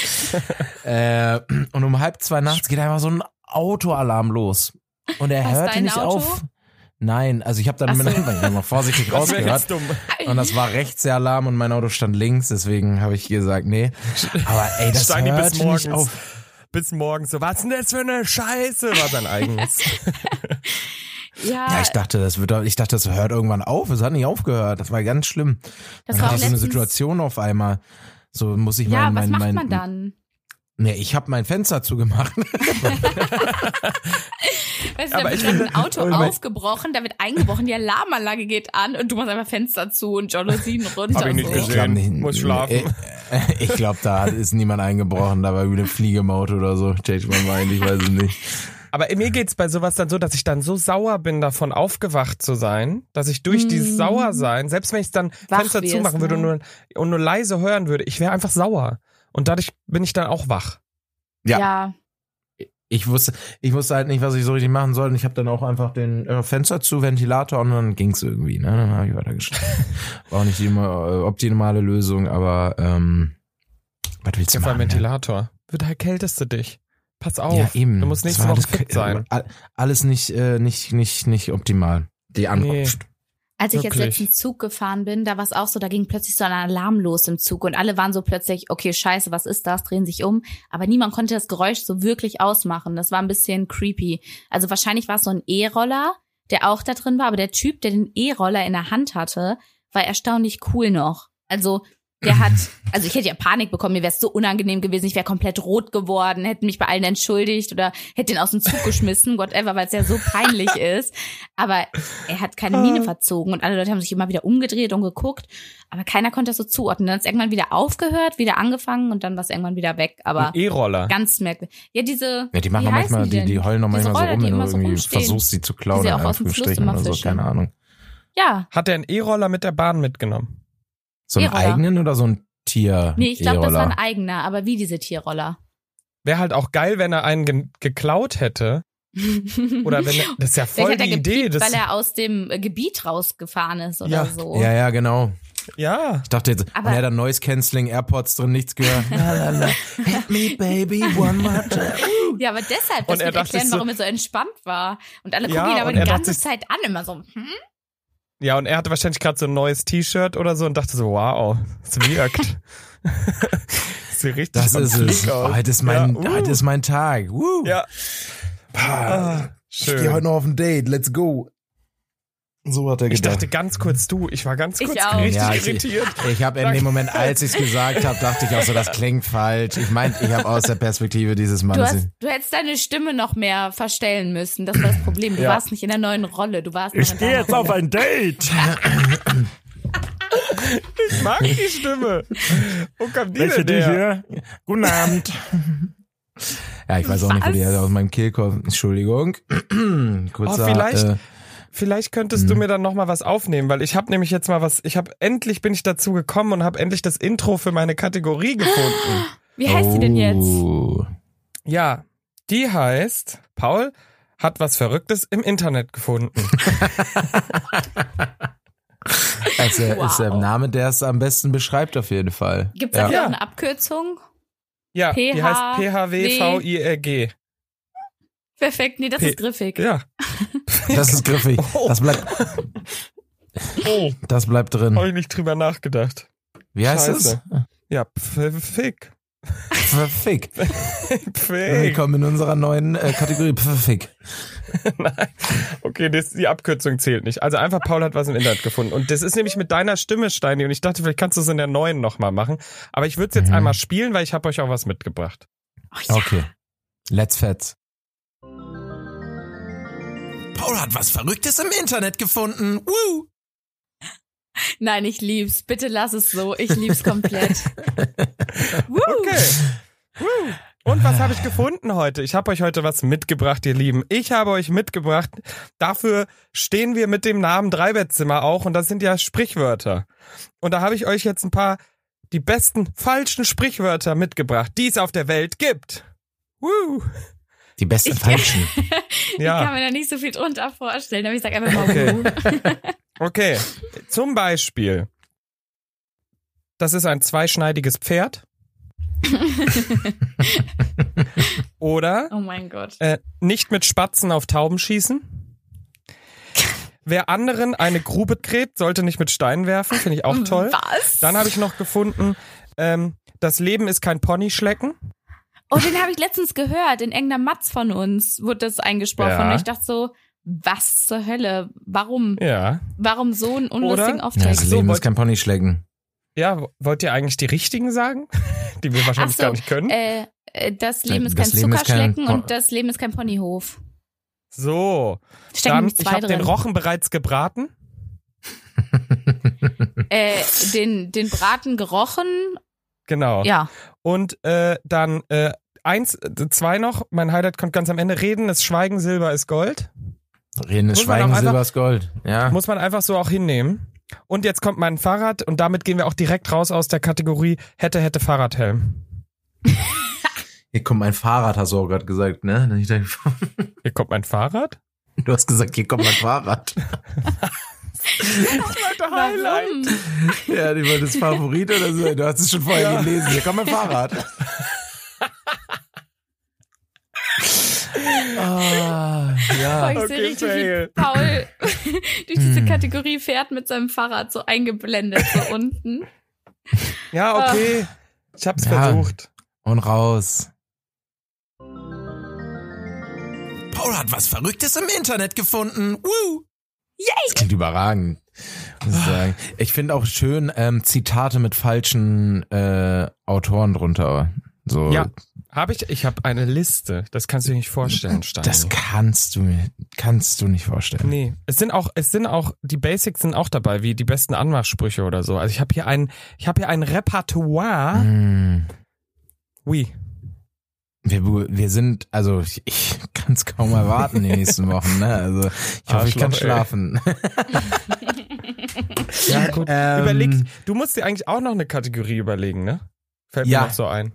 A: Äh, und um halb zwei nachts geht einfach so ein Autoalarm los. Und er
C: Was,
A: hörte
C: dein
A: nicht
C: Auto?
A: auf. Nein, also ich habe dann
C: Ach
A: mit
C: so.
A: nochmal
C: <laughs>
A: vorsichtig
B: Das wäre
A: rausgehört.
B: jetzt dumm.
A: Und das war rechts der Alarm und mein Auto stand links, deswegen habe ich gesagt, nee. Aber ey, das
B: Steini
A: hört
B: bis morgens.
A: nicht auf.
B: Bis morgens so, was ist denn das für eine Scheiße? War sein eigenes.
C: Ja,
A: Ja, ich dachte, das wird, doch- ich dachte, das hört irgendwann auf. Es hat nicht aufgehört. Das war ganz schlimm.
C: das
A: dann
C: war
A: hatte
C: auch
A: ich so eine
C: letztens,
A: Situation auf einmal. So muss ich
C: Ja,
A: mein,
C: was
A: mein,
C: macht
A: mein,
C: man dann?
A: Nee, ich habe mein Fenster zugemacht.
C: Weißt du,
B: Aber
C: da wird
B: ich
C: gerade
B: finde-
C: ein Auto
B: Moment.
C: aufgebrochen, da wird eingebrochen, die Alarmanlage geht an und du machst einfach Fenster zu und Jalousien
B: <laughs>
C: runter.
B: Hab ich
C: und
B: nicht
C: so.
B: gesehen.
A: glaub Äh,
B: Muss schlafen.
A: Ich, ich glaube, da hat- ist niemand eingebrochen. Da war irgendwie eine Fliege im Auto oder so. Change my mind, ich weiß es nicht.
B: Aber mir geht's bei sowas dann so, dass ich dann so sauer bin, davon aufgewacht zu sein, dass ich durch dieses Sauersein, selbst wenn ich dann
C: Mhm. Wach
B: Fenster
C: wirst,
B: zumachen würde und nur,
C: ne?
B: und nur leise hören würde, ich wäre einfach sauer. Und dadurch bin ich dann auch wach.
A: Ja.
C: Ja.
A: Ich wusste, ich wusste halt nicht, was ich so richtig machen soll. Und ich habe dann auch einfach den äh, Fenster zu, Ventilator und dann ging's irgendwie. Ne? Dann habe
B: <laughs>
A: ich weitergeschlafen. War auch nicht die immer- äh, optimale Lösung, aber ähm, was willst du
B: Auf einem
A: machen? ne?
B: Ventilator. Wird erkältest du dich. Pass auf.
A: Ja, eben.
B: Du musst
A: Das
B: nächste
A: war
B: Woche
A: alles-
B: fit sein.
A: all- Alles nicht, äh, nicht, nicht, nicht optimal. Die Ankunft.
C: Als ich
B: Wirklich.
C: jetzt letzten Zug gefahren bin, da war es auch so, da ging plötzlich so ein Alarm los im Zug und alle waren so plötzlich, okay, scheiße, was ist das, drehen sich um. Aber niemand konnte das Geräusch so wirklich ausmachen. Das war ein bisschen creepy. Also wahrscheinlich war es so ein E-Roller, der auch da drin war, aber der Typ, der den E-Roller in der Hand hatte, war erstaunlich cool noch. Also
A: <laughs>
C: der hat, also ich hätte ja Panik bekommen, mir wäre es so unangenehm gewesen, ich wäre komplett rot geworden, hätte mich bei allen entschuldigt oder hätte ihn aus dem Zug geschmissen, whatever, weil es ja so
A: <laughs>
C: peinlich ist. Aber er hat keine
A: Ah.
C: Miene verzogen und alle Leute haben sich immer wieder umgedreht und geguckt, aber keiner konnte das so zuordnen. Dann hat es irgendwann wieder aufgehört, wieder angefangen und dann war es irgendwann wieder weg. Aber
B: Ein E-Roller.
C: ganz merkwürdig. Ja, diese,
A: Ja, die machen
C: Wie
A: auch
C: heißen
A: manchmal,
C: die
A: die,
C: denn?
A: die heulen noch
C: Diese
A: manchmal so
C: Roller,
A: rum,
C: die
A: wenn du
C: immer so
A: irgendwie
C: rumstehen.
A: versuchst, sie zu klauen.
C: Die sie
A: in
C: auch aus dem Fluss
A: Anführungsstrichen
C: immer
A: oder so,
C: fischen.
A: keine Ahnung.
C: ja,
B: Hat er einen E-Roller mit der Bahn mitgenommen?
A: So einen
C: E-Roller.
A: eigenen oder so ein Tier?
C: nee, ich glaube, das war
A: E-Roller?
C: ein eigener, aber wie
A: <laughs>
C: diese Tierroller. <laughs>
B: Wäre halt auch geil, wenn er einen ge geklaut hätte. Oder
C: <laughs>
B: wenn er, das ist ja voll
C: Vielleicht hat
B: die
C: er
B: Idee.
C: gepiept,
B: Das,
C: weil er aus dem äh, Gebiet rausgefahren ist oder
B: Ja.
C: so.
A: Ja, ja, genau.
B: ja.
A: Ich dachte jetzt,
C: Aber-
A: und er hat dann Noise Cancelling, AirPods drin, nichts gehört. La, <laughs> la, la. Hit me, baby, one more time.
C: Ja, aber deshalb, das
B: Und er
C: wird
B: dachte
C: erklären,
B: so-
C: warum er so entspannt war. Und alle
B: Ja,
C: gucken ihn aber
B: und
C: die
B: er dachte
C: ganze
B: sich-
C: Zeit an, immer so, hm?
B: Ja, und er hatte wahrscheinlich gerade so ein neues T-Shirt oder so und dachte so, wow, es
A: <laughs>
B: wirkt. Sieht richtig
A: Das ist
B: am
A: es.
B: Flick aus.
A: Oh, heute, ist mein,
B: Ja, uh.
A: heute ist mein Tag. Woo.
B: Ja.
A: Pah.
B: Ah,
A: Ich gehe heute
B: schön.
A: noch auf ein Date. Let's go. So hat er
B: Ich
A: gedacht.
B: dachte ganz kurz du, ich war ganz
C: Ich
B: kurz
C: auch.
B: richtig
A: Ja, ich-
B: irritiert.
A: Ich habe in
B: Danke.
A: dem Moment, als ich es gesagt habe, dachte ich auch so, das klingt falsch. Ich meinte, ich habe aus der Perspektive dieses
C: Du,
A: Mannes.
C: hast, du hättest deine Stimme noch mehr verstellen müssen. Das war das Problem. Du
B: Ja.
C: warst nicht in der neuen Rolle. Du warst noch in deiner Rolle.
A: ein Date.
B: Ich mag die Stimme. Wo kam die denn her?
A: Guten Abend. Ja, ich weiß auch nicht, wo die
C: Was?
A: aus meinem Kehlkopf. Entschuldigung. <clears throat> Kurzer,
B: Oh, vielleicht-
A: äh,
B: Vielleicht könntest
A: Hm.
B: du mir dann noch mal was aufnehmen, weil ich habe nämlich jetzt mal was, ich habe endlich bin ich dazu gekommen und habe endlich das Intro für meine Kategorie
C: <gasps>
B: gefunden.
C: Wie heißt die denn jetzt?
A: oh.
B: Ja, die heißt Paul hat was Verrücktes im Internet gefunden.
A: Ist der, Also, ist der
C: Wow.
A: Name, der es am besten beschreibt, auf jeden Fall.
C: Gibt es
A: ja.
C: dafür
B: Ja.
C: auch eine Abkürzung?
B: Ja, die
C: PH
B: heißt PHWVIRG.
C: Perfekt. Nee, das
B: P-
C: ist griffig.
B: Ja.
A: Das ist griffig.
B: Oh.
A: Das bleibt,
B: Oh,
A: das bleibt
B: habe
A: drin.
B: ich nicht drüber nachgedacht.
A: Wie heißt
B: Scheiße. Ja, pfiffig.
A: es? Pfiffig.
B: Pfiffig.
A: Willkommen in unserer neuen äh, Kategorie. Pfiffig.
B: <laughs> Nein. Okay, das, die Abkürzung zählt nicht. Also einfach, Paul hat was im Internet gefunden. Und das ist nämlich mit deiner Stimme, Steini. Und ich dachte, vielleicht kannst du es in der neuen nochmal machen. Aber ich würde es jetzt
A: Mhm.
B: einmal spielen, weil ich habe euch auch was mitgebracht.
C: Oh, ja.
A: Okay. Let's fetz. Paul hat was Verrücktes im Internet gefunden. Woo!
C: Nein, ich lieb's. Bitte lass es so. Ich lieb's
B: <laughs>
C: komplett. Woo.
B: Okay. Woo. Und was habe ich gefunden heute? Ich habe euch heute was mitgebracht, ihr Lieben. Ich habe euch mitgebracht. Dafür stehen wir mit dem Namen Dreibettzimmer auch und das sind ja Sprichwörter. Und da habe ich euch jetzt ein paar die besten falschen Sprichwörter mitgebracht, die es auf der Welt gibt. Woo.
A: Die besten
C: Ich- <laughs>
A: falschen.
C: Ich kann
B: Ja,
C: mir da nicht so viel drunter vorstellen, aber ich sag einfach mal
B: Okay.
C: Wu.
B: <laughs> okay. Zum Beispiel. Das ist ein zweischneidiges Pferd. Oder
C: Oh mein Gott.
B: Äh, nicht mit Spatzen auf Tauben schießen. Wer anderen eine Grube gräbt, sollte nicht mit Steinen werfen. Finde ich auch toll.
C: Mhm. Was?
B: Dann habe ich noch gefunden, ähm, das Leben ist kein Ponyschlecken.
C: oh, den habe ich letztens gehört. In irgendeiner Matz von uns wurde das eingesprochen.
B: Ja.
C: Und ich dachte so, was zur Hölle? Warum?
B: Ja.
C: Warum so ein unlustigen
B: Oder?
A: Ja,
C: Auftrag?
A: das Leben
B: wollt-
A: ist kein Pony schlecken.
B: Ja, wo- wollt ihr eigentlich die richtigen sagen? <laughs> Die wir
C: Ach
B: wahrscheinlich
C: so,
B: gar nicht können.
C: äh, äh, das Leben ist
A: Das
C: kein
A: Leben ist kein
C: Zuckerschlecken
A: Pon-
C: und das Leben ist kein Ponyhof.
B: So,
C: Stecken
B: dann,
C: nämlich
B: ich
C: zwei
B: habe den
C: drin.
B: Rochen bereits gebraten.
C: äh, den, den Braten gerochen.
B: Genau.
C: Ja.
B: Und äh, dann äh, eins, äh, zwei noch. Mein Highlight kommt ganz am Ende. Reden ist Schweigen, Silber ist Gold.
A: Reden ist
B: Muss man
A: Schweigen,
B: auch einfach-
A: Silber ist Gold. Ja.
B: Muss man einfach so auch hinnehmen. Und jetzt kommt mein Fahrrad und damit gehen wir auch direkt raus aus der Kategorie hätte, hätte Fahrradhelm.
A: Hier kommt mein Fahrrad, hast du auch gerade gesagt, ne? Und ich dachte,
B: Hier kommt mein Fahrrad. <laughs>
A: Du hast gesagt, hier kommt mein Fahrrad.
C: Warum?
A: <laughs> ja, die war das Favorit oder so. Du hast es schon vorher gelesen. Hier kommt mein Fahrrad. ah, ja.
C: Weil ich sehe
B: Okay,
C: richtig, wie
B: fail.
C: Paul <laughs> durch diese
A: Hm.
C: Kategorie fährt mit seinem Fahrrad so eingeblendet so unten.
B: Ja, okay. Ich hab's
A: Ja.
B: versucht.
A: Und raus. Paul hat was Verrücktes im Internet gefunden. Woo! Das klingt überragend, muss ich sagen. Ich finde auch schön ähm, Zitate mit falschen äh, Autoren drunter. So,
B: Ja, Hab ich, ich habe eine Liste. Das kannst du dir nicht vorstellen, Stein.
A: das kannst du mir, kannst du nicht vorstellen.
B: Nee, es sind auch, es sind auch, die Basics sind auch dabei, wie die besten Anmachsprüche oder so. Also ich habe hier ein, ich habe hier ein Repertoire.
A: Hm.
B: Oui.
A: Wir, bu- wir sind, also ich, ich kann es kaum erwarten in den nächsten Wochen. Ne? Also ich hoffe, ich kann
B: Arschloch, ey.
A: schlafen.
B: Ja, gut.
A: Ähm,
B: Überleg, du musst dir eigentlich auch noch eine Kategorie überlegen, ne? Fällt
A: Ja.
B: mir noch so ein.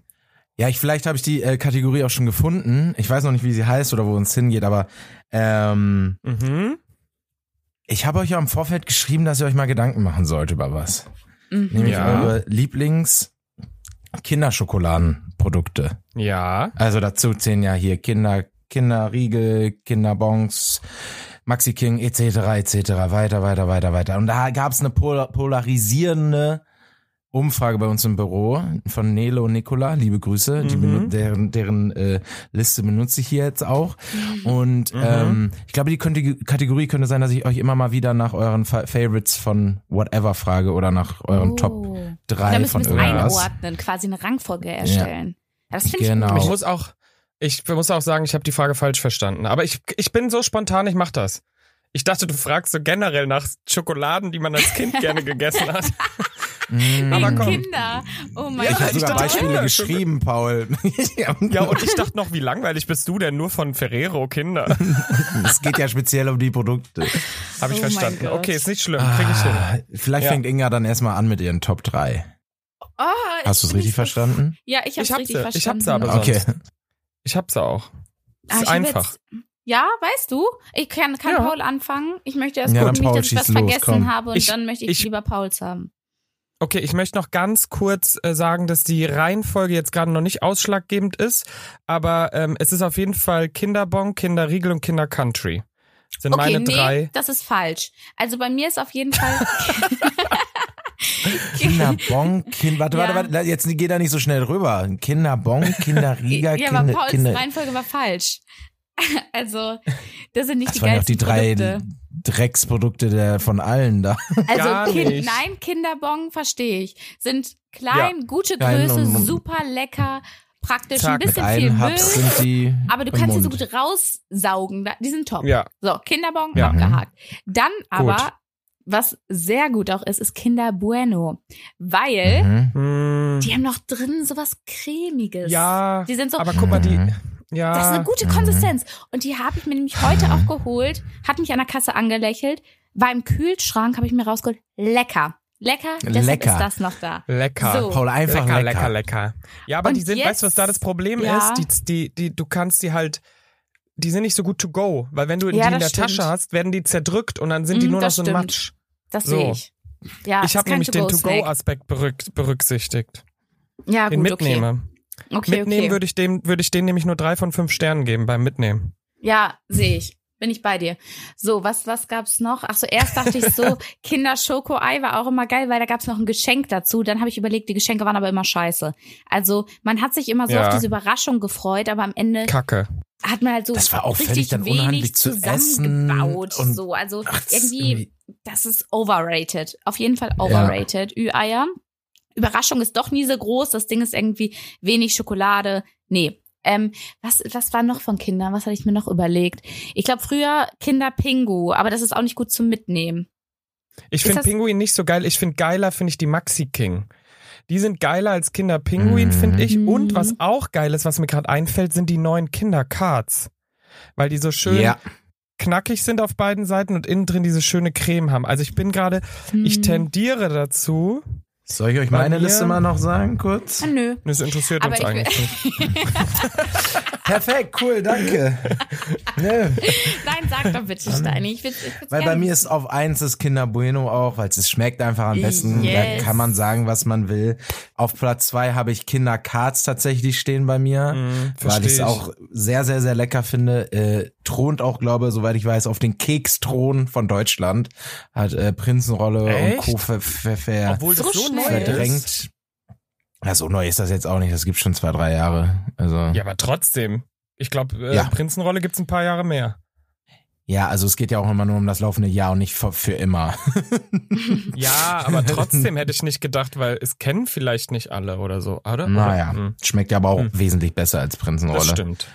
A: Ja, ich vielleicht habe ich die äh, Kategorie auch schon gefunden. Ich weiß noch nicht, wie sie heißt oder wo uns hingeht, aber ähm,
B: Mhm.
A: ich habe euch ja im Vorfeld geschrieben, dass ihr euch mal Gedanken machen sollt über was. Nämlich
B: Ja.
A: eure Lieblings Kinderschokoladenprodukte.
B: Ja.
A: Also dazu zählen ja hier Kinder, Kinderriegel, Kinderbons, Maxi King etc. etc. weiter, weiter, weiter, weiter. Und da gab's eine pola- polarisierende Umfrage bei uns im Büro von Nele und Nicola. Liebe Grüße. Die
B: Mhm.
A: benu- deren deren äh, Liste benutze ich hier jetzt auch.
C: Mhm.
A: Und ähm, ich glaube, die könnte, Kategorie könnte sein, dass ich euch immer mal wieder nach euren Fa Favorites von Whatever frage oder nach euren Top
C: Oh. Da
A: 3
C: müssen
A: von
C: wir es
A: irgendwas.
C: einordnen, quasi eine Rangfolge erstellen. Ja. Das finde
A: Genau.
C: ich
B: Ich
A: Au.
B: muss auch, ich muss auch sagen, ich habe die Frage falsch verstanden. Aber ich, ich bin so spontan, ich mach das. Ich dachte, du fragst so generell nach Schokoladen, die man als <laughs> Kind gerne gegessen hat.
A: Mm.
B: Aber
C: gut.
B: komm.
C: Kinder. Oh
B: Ja,
C: mein
A: Ich
C: Gott.
A: habe
B: ich
A: sogar
B: dachte,
A: Beispiele
B: Kinder-
A: geschrieben, Paul. <laughs> ja,
B: Ja, und ich dachte noch, wie langweilig bist du denn nur von Ferrero <laughs> Kinder?
A: es geht ja speziell um die Produkte.
B: Habe ich
C: Oh mein
B: verstanden.
C: Gott.
B: Okay, ist nicht schlimm, krieg ich hin.
A: Ah, Vielleicht
B: Ja.
A: fängt Inga dann erstmal an mit ihren Top 3.
C: Oh,
A: Hast du es
C: ich bin
A: richtig
C: nicht so- <laughs>
A: verstanden?
C: Ja, ich hab's
B: Ich hab's
C: richtig
B: ja,
C: verstanden.
B: ich hab's aber so.
A: Okay.
B: Ich hab's auch.
C: Ah,
B: Ist
C: ich hab
B: einfach.
C: Jetzt, ja, weißt du? Ich kann, kann
B: Ja.
C: Paul anfangen. Ich möchte erst
A: Ja,
C: gucken,
A: dann
C: nicht,
A: Paul,
C: dass ich was
A: schieß los,
C: vergessen
A: komm.
C: habe und
B: Ich-
C: dann möchte ich,
B: ich-
C: lieber Pauls haben.
B: Okay, ich möchte noch ganz kurz äh, sagen, dass die Reihenfolge jetzt gerade noch nicht ausschlaggebend ist, aber ähm, es ist auf jeden Fall Kinderbon, Kinderriegel und Kindercountry. Sind
C: Okay,
B: meine drei.
C: nee, das ist falsch. Also bei mir ist auf jeden Fall <laughs>
A: Kinderbon, Kind, warte,
C: Ja.
A: warte, warte, jetzt geht er nicht so schnell rüber. Kinderbon,
C: <laughs>
A: Kinderrieger,
C: ja, aber
A: <laughs> Kinder,
C: Pauls
A: Kinder.
C: Reihenfolge war falsch. <laughs> Also, das sind nicht
A: Das
C: die
A: waren ja auch die
C: geilsten
A: drei
C: Produkte.
A: Drecksprodukte der, von allen da.
B: Gar
C: Also, kind,
B: nicht.
C: nein, Kinderbon verstehe ich. Sind klein, gute
A: Klein
C: Größe,
A: und-
C: super lecker, praktisch
B: Zack,
C: ein
B: mit
A: Mit
C: bisschen viel
A: einem
C: Müll.
A: Hubs sind die.
C: Aber du
A: im
C: kannst sie so
A: Mund.
C: gut raussaugen. Da- Die sind top.
B: Ja,
C: So, Kinderbon
B: Ja. Mhm.
C: abgehakt. Dann aber,
B: Gut.
C: was sehr gut auch ist, ist Kinder Bueno. Weil
B: Mm,
A: Mhm.
C: die haben noch drin sowas Cremiges.
B: ja,
C: Die sind so,
B: aber guck mal, die.
A: Mhm.
B: Ja,
C: das ist eine gute
B: Ah,
A: Mhm.
C: Konsistenz. Und die habe ich mir nämlich heute
B: <laughs>
C: auch geholt, hat mich an der Kasse angelächelt, war im Kühlschrank, habe ich mir rausgeholt, lecker. lecker, deshalb
A: Lecker.
C: ist das noch da.
B: Lecker.
C: So.
A: Paul, einfach
B: lecker, lecker,
A: lecker.
B: lecker. Ja, aber
C: Und
B: die sind,
C: jetzt-
B: weißt du, was da das Problem
C: Ja.
B: ist? Die, die, die, du kannst die halt, die sind nicht so gut to go, weil wenn du
C: Ja,
B: die in der
C: das stimmt.
B: Tasche hast, werden die zerdrückt und dann sind die
C: Mm,
B: nur noch
C: das
B: so ein
C: stimmt.
B: Matsch.
C: Das
B: So.
C: sehe ich. Ja,
B: ich habe nämlich den
C: To-Go-Snack.
B: To-Go-Aspekt berück- berücksichtigt.
C: Ja,
B: Den
C: Ah, gut, okay.
B: mitnehme.
C: Okay,
B: mitnehmen
C: okay.
B: würde ich dem, würde ich den nämlich nur drei von fünf Sternen geben beim Mitnehmen.
C: Ja, sehe ich. Bin ich bei dir. So, was, was gab's noch? Ach so, erst dachte ich
B: <laughs>
C: so, Kinder-Schoko-Ei war auch immer geil, weil da gab's noch ein Geschenk dazu. Dann habe ich überlegt, die Geschenke waren aber immer scheiße. Also, man hat sich immer so
B: Ja.
C: auf diese Überraschung gefreut, aber am Ende
B: Kacke.
C: hat man halt so
A: Das war auch völlig
C: richtig
A: dann
C: wenig
A: unhandlich zu essen
C: zusammengebaut.
A: und-
C: so, also
A: Ach, das ist
C: irgendwie,
A: irgendwie-
C: das ist overrated. Auf jeden Fall overrated. Ü-Eier. Überraschung ist doch nie so groß. Das Ding ist irgendwie wenig Schokolade. Nee. Ähm, was, was war noch von Kindern? Was hatte ich mir noch überlegt? Ich glaube, früher Kinderpingu, aber das ist auch nicht gut zum Mitnehmen.
B: Ich
C: Ist
B: finde
C: das-
B: Pinguin nicht so geil. Ich finde geiler, finde ich die Maxi King. Die sind geiler als Kinder Pinguin, finde ich.
C: Mhm.
B: Und was auch geil ist, was mir gerade einfällt, sind die neuen Kinder Cards. Weil die so schön
A: Ja,
B: knackig sind auf beiden Seiten und innen drin diese schöne Creme haben. Also ich bin gerade, ich
C: Hm.
B: tendiere dazu.
A: soll ich euch
B: Bei
A: meine
B: mir-
A: Liste mal noch sagen, kurz?
C: Ah, Nö.
B: Das interessiert
C: Aber
B: uns
C: ich will-
B: eigentlich nicht.
A: Perfekt, cool,
C: <laughs>
A: danke. Nö,
C: Nein, sag doch
A: <laughs>
C: bitte, Steini. Ich will, ich will's
A: Weil bei
C: gerne
A: mir ist auf eins das Kinder Bueno auch, weil es schmeckt einfach am besten.
C: Yes.
A: Da kann man sagen, was man will. Auf Platz zwei habe ich Kinder Cards tatsächlich stehen bei
C: <laughs>
A: mir,
B: Mhm,
A: weil
B: versteh
A: Hm, ich es auch sehr, sehr, sehr lecker finde. Äh, thront auch, glaube soweit ich weiß, auf den Keksthron von Deutschland. Hat äh, Prinzenrolle
B: Echt?
A: und Co. ver ver ver
B: Obwohl
C: So
B: das so
C: schnell.
B: neu ist.
A: verdrängt. Ja, so neu ist das jetzt auch nicht. Das gibt schon zwei, drei Jahre. Also
B: Ja, aber trotzdem. Ich glaube, äh,
A: Ja.
B: Prinzenrolle gibt's ein paar Jahre mehr.
A: ja, also es geht ja auch immer nur um das laufende Jahr und nicht für, für immer.
B: Ja, aber trotzdem hätte ich nicht gedacht, weil es kennen vielleicht nicht alle oder so, <laughs> oder?
A: Naja,
B: Hm,
A: schmeckt ja aber auch
B: Hm.
A: wesentlich besser als
B: Das
A: Prinzenrolle.
B: stimmt.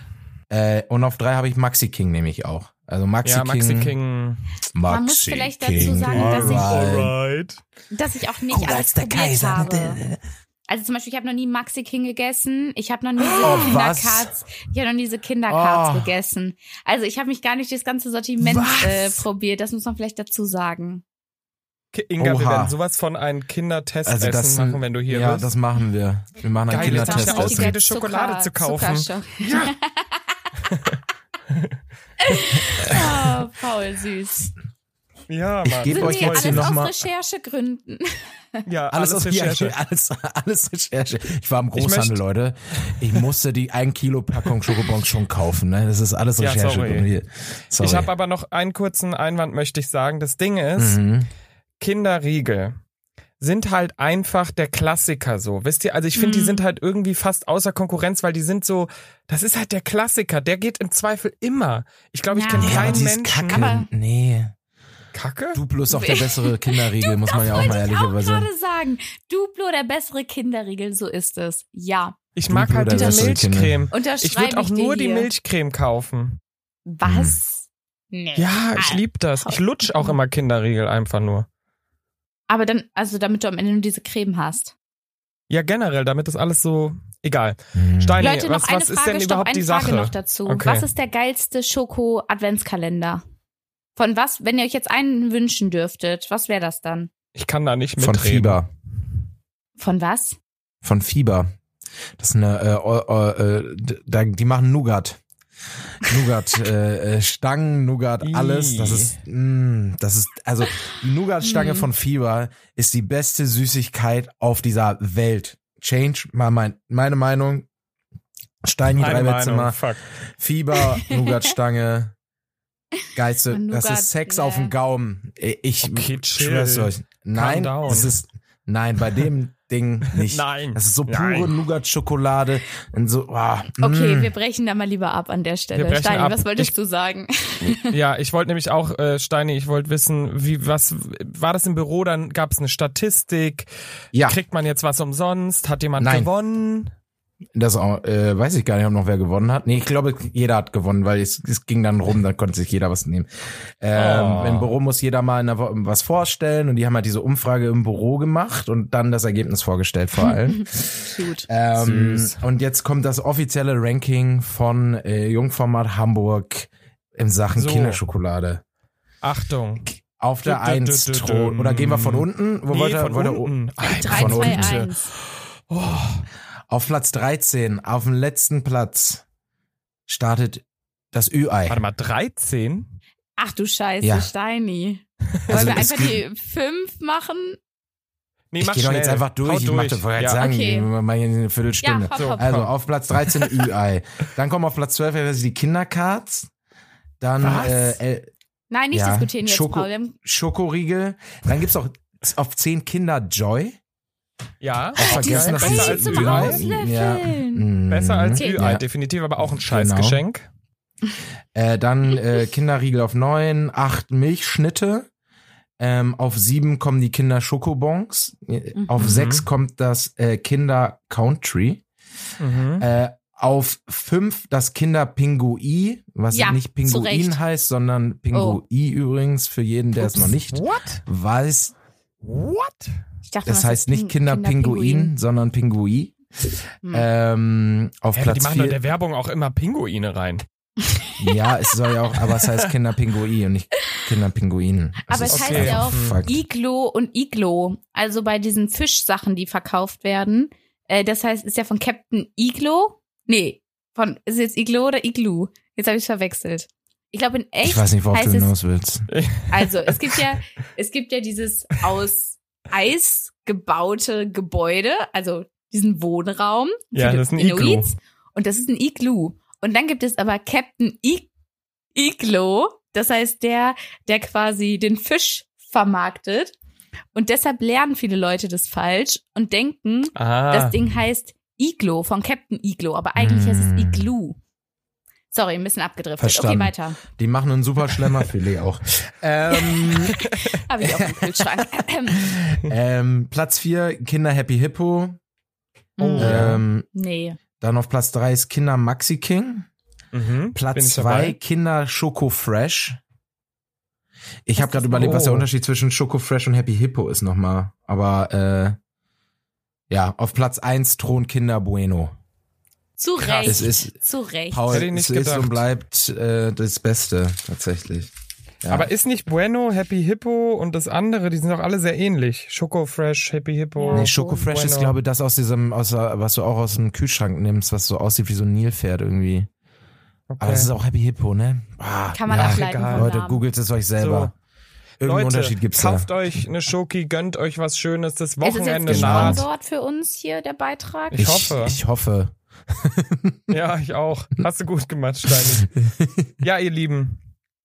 A: Äh, und auf drei habe ich Maxi King nehme ich auch. Also Maxi
B: ja,
A: King.
B: Maxi King.
C: Man muss vielleicht dazu sagen, dass ich-
A: alright.
C: dass ich auch nicht
A: Cooler
C: alles
A: Oh, als der
C: probiert
A: Kaiser. ne?
C: habe. Also zum Beispiel, ich habe noch nie Maxi King gegessen. Ich habe noch nie diese
A: Oh, was?
C: Kinderkarts. Ich habe noch nie diese Kinderkarts
A: Oh.
C: gegessen. Also ich habe mich gar nicht das ganze Sortiment
A: Was?
C: äh, probiert. Das muss man vielleicht dazu sagen.
B: Ki- Inga, wir
A: Oha.
B: werden sowas von einem Kindertestessen
A: Also das
B: machen, wenn du hier
A: Ja,
B: bist.
A: das machen wir. Wir machen einen
B: Geil, jetzt
C: Das
B: Test
C: war schon
B: hast
A: Kindertest.
B: du
A: essen.
B: richtige-
C: richtiger
B: Schokolade zu kaufen.
C: Zuckerschock.
A: <laughs>
C: <laughs> oh, Paul, süß.
B: ja,
A: Ich
B: Mann.
A: geb
C: Sind
A: euch
C: wir
A: jetzt hier
C: alles
A: noch
C: aus
A: mal- <laughs>
C: Recherchegründen?
B: ja,
A: Alles,
B: alles,
A: aus <laughs>
B: Recherche.
A: Recherche. Alles, alles Recherche. Ich war im
B: Ich
A: Großhandel,
B: möcht-
A: Leute. Ich musste die ein Kilo Packung Schokobons schon kaufen. Ne? Das ist alles
B: Ja,
A: Recherche.
B: sorry.
A: Irgendwie. sorry.
B: Ich habe aber noch einen kurzen Einwand, möchte ich sagen. Das Ding ist,
A: mhm.
B: Kinderriegel sind halt einfach der Klassiker so. Wisst ihr, also ich finde, die
C: Mhm.
B: sind halt irgendwie fast außer Konkurrenz, weil die sind so, das ist halt der Klassiker, der geht im Zweifel immer. Ich glaube, ich
C: Ja.
B: kenne
A: Ja, aber
B: keinen
A: die ist
B: Menschen.
A: kacke.
C: Aber-
A: nee.
B: Kacke?
A: Duplo ist auch
B: <laughs>
A: der bessere Kinderriegel, muss man ja auch mal
C: auch
A: ehrlicherweise sagen.
C: gerade sagen. Duplo, der bessere Kinderriegel, so ist es. Ja.
B: Ich mag
A: Duplo,
B: halt
A: der
B: diese
A: bessere Kinder.
B: Milchcreme.
C: Unterschreibe
B: Ich würde auch
C: dir
B: nur die
C: hier.
B: Milchcreme kaufen.
C: Was?
A: Hm.
C: Nee.
B: Ja, ich
C: Ah.
B: lieb das. Ich lutsch auch immer Kinderriegel einfach nur.
C: Aber dann, also damit du am Ende nur diese Creme hast.
B: Ja, generell, damit das alles so egal.
A: Mhm.
B: Steini,
C: Leute,
B: Ah, was,
C: noch eine
B: was
C: Frage,
B: ist denn
C: stopp,
B: überhaupt
C: eine
B: die
C: Frage
B: Sache?
C: noch dazu.
B: Okay.
C: Was ist der geilste Schoko-Adventskalender? Von was, wenn ihr euch jetzt einen wünschen dürftet, was wäre das dann?
B: ich kann da nicht mitreden.
A: Von Fieber.
C: Von was?
A: Von Fieber. Das ist eine, äh, äh, äh, d- da, die machen Nougat.
B: <laughs>
A: Nougat, äh, äh, Stangen, Nougat,
B: Ih.
A: alles. Das ist, mh, das ist, also die Nougat-Stange
C: Hm.
A: von Fieber ist die beste Süßigkeit auf dieser Welt. Change, mal mein, meine Meinung. Steini,
B: Meine Meinung.
A: Dreibettzimmer,
B: Fuck.
A: Fieber,
C: <laughs>
A: Nougat-Stange. Geilste,
C: Und
A: das
C: Nougat,
A: ist Sex
C: ne.
A: auf dem Gaumen. Ich
B: Okay, chill.
A: schwör's euch. Nein,
B: down.
A: das ist, nein, bei dem Ding nicht.
B: <laughs> Nein.
A: Das ist so
B: Nein.
A: pure Nougat-Schokolade und so. ah, mm.
C: Okay, wir brechen da mal lieber ab an der Stelle.
B: Wir brechen
C: Steini,
B: ab.
C: was wolltest
B: <laughs>
C: du sagen?
B: Ja, ich wollte nämlich auch, äh, Steini, ich wollte wissen, wie was war das im Büro? Dann gab es eine Statistik.
A: ja,
B: Kriegt man jetzt was umsonst? Hat jemand
A: Nein.
B: gewonnen?
A: das auch, äh, weiß ich gar nicht, ob noch wer gewonnen hat. Nee, ich glaube, jeder hat gewonnen, weil es, es ging dann rum, dann konnte sich jeder was nehmen. Ähm,
B: Oh.
A: Im Büro muss jeder mal in der Woche was vorstellen und die haben halt diese Umfrage im Büro gemacht und dann das Ergebnis vorgestellt vor
B: <laughs>
A: allem.
C: Cute.
A: Ähm,
B: Süß.
A: und jetzt kommt das offizielle Ranking von äh, Jungformat Hamburg in Sachen
B: So.
A: Kinderschokolade.
B: Achtung,
A: Auf der
B: Dü- dü-
A: Eins
B: dü- dü-
A: Thron. Oder gehen wir von unten? Wo Ah,
B: Nee,
A: wollt ihr-
B: von
A: wollt ihr-
B: unten. Einfach
C: Drei,
A: von
C: zwei,
A: unten.
C: eins.
A: Auf Platz 13, auf dem letzten Platz, startet das Ü-Ei.
B: Warte mal, 13?
C: Ach du Scheiße,
B: <laughs>
A: Ja.
C: Steini. Wollen
A: Also
C: wir
A: es
C: einfach
A: geht-
C: die fünf machen?
B: Nee,
A: Ich
B: mach
A: gehe doch
B: schnell.
A: jetzt einfach durch.
B: Hau
A: ich mache das vorher
B: ja.
A: sagen,
C: Okay.
A: wir machen hier eine Viertelstunde.
C: Ja, hopp,
B: So.
C: hopp.
A: also auf Platz 13 <laughs> Ü-Ei. Dann kommen auf Platz 12 jeweils die Kindercards. Dann
B: Was?
A: äh, El-
C: Nein, nicht
A: Ja,
C: diskutieren jetzt,
A: Schoko-
C: Paul. Wir haben-
A: Schokoriegel. Dann gibt's auch z- auf 10 Kinder Joy.
B: Ja,
A: Auch vergessen, dass
B: besser
A: dieses
B: als
C: zum
B: Ü-Ei.
C: Auslöffeln.
A: Ja. Mhm.
B: Besser als
C: Mhm.
B: Ü-Ei,
A: Ja.
B: definitiv, aber auch ein
A: Genau.
B: Scheißgeschenk.
A: Äh,
C: Hm.
A: dann äh, Kinderriegel auf neun, acht Milchschnitte. Ähm, auf sieben kommen die Kinder Schokobons. Äh,
C: Mhm.
A: Auf sechs kommt das äh, Kinder Country.
B: Mhm.
A: Äh, auf fünf das Kinder Pingui, was
C: Ja, Oh.
A: nicht Pinguin
C: zurecht.
A: heißt, sondern Pingui übrigens für jeden, der es noch nicht
B: What?
A: weiß.
B: What?
C: Ich dachte,
A: Das
C: mal,
A: heißt
C: ist
A: nicht Kinder Pinguin, sondern Pingui.
B: Äh,
C: Hm.
A: Ähm, auf
B: Hä, die
A: Platz
B: machen doch in
A: vier.
B: der Werbung auch immer Pinguine rein.
A: Ja, es soll ja auch, aber es heißt Kinder Pingui und nicht Kinder Pinguin.
C: Aber
A: ist
C: es
B: heißt ja
A: einfach
C: auch
A: Fakt.
C: Iglo und Iglo. Also bei diesen Fischsachen, die verkauft werden. Äh, das heißt, ist ja von Captain Iglo. Nee, von, ist jetzt Iglo oder Iglu? Jetzt habe ich verwechselt. Ich glaube, in echt.
A: Ich weiß nicht, worauf
C: heißt
A: du
C: es-
A: hinaus willst.
C: Also, es gibt ja, es gibt ja dieses aus Eis gebaute Gebäude, also diesen Wohnraum. für
B: Ja,
C: die
B: das ist ein Iglu.
C: Inuits. Und das ist ein Iglu. Und dann gibt es aber Captain I Iglo, das heißt der, der quasi den Fisch vermarktet. Und deshalb lernen viele Leute das falsch und denken,
B: Ah,
C: das Ding heißt Iglo von Captain Iglo, aber eigentlich heißt
B: Hm.
A: Mm.
C: es Iglu. Sorry, ein bisschen abgedriftet.
A: Verstanden.
C: Okay, weiter.
A: Die machen ein super Schlemmerfilet auch. Ähm,
B: <laughs>
C: Habe ich auch im Kühlschrank. <laughs>
A: ähm, Platz 4, Kinder Happy Hippo.
B: Oh, ja.
A: Ähm,
C: Nee.
A: dann auf Platz 3 ist Kinder Maxi King.
B: mhm. Bin
A: Platz
B: ich
A: 2,
B: dabei?
A: Kinder Schoko Fresh. Ich
C: Was
A: habe gerade
C: ist-
A: überlegt, was
B: Oh.
A: der Unterschied zwischen Schoko Fresh und Happy Hippo ist nochmal. Aber äh, ja, auf Platz 1 Thron Kinder Bueno.
C: Zu
B: Krass.
A: Es
C: Recht.
A: ist,
C: Zu Recht.
A: Paul,
B: Hätte ich nicht
A: es ist
B: gedacht.
A: und bleibt äh, das Beste tatsächlich. Ja.
B: Aber ist nicht Bueno, Happy Hippo und das andere, die sind doch alle sehr ähnlich. Schoko Fresh, Happy Hippo.
C: Ja.
A: Nee, Schoko Fresh
B: Also, Bueno.
A: ist, glaube ich, das aus diesem, aus, der- was du auch aus dem Kühlschrank nimmst, was so aussieht wie so ein Nilpferd irgendwie. Aber
B: Okay.
A: das ist auch Happy Hippo, ne? Ah,
C: Kann man
B: Ja,
C: ableiten.
B: egal.
C: vom
A: Leute,
C: Namen.
A: googelt es euch selber. Irgendeinen
B: Leute,
A: Unterschied gibt's da.
B: kauft euch eine Schoki, gönnt euch was Schönes, das
C: Ist es jetzt genau
B: Wochenende naht.
C: gesponsort für uns hier, der Beitrag?
B: Ich hoffe.
A: Ich hoffe.
B: Ja, ich auch. Hast du gut gemacht,
A: <laughs>
B: Steini. ja, ihr Lieben,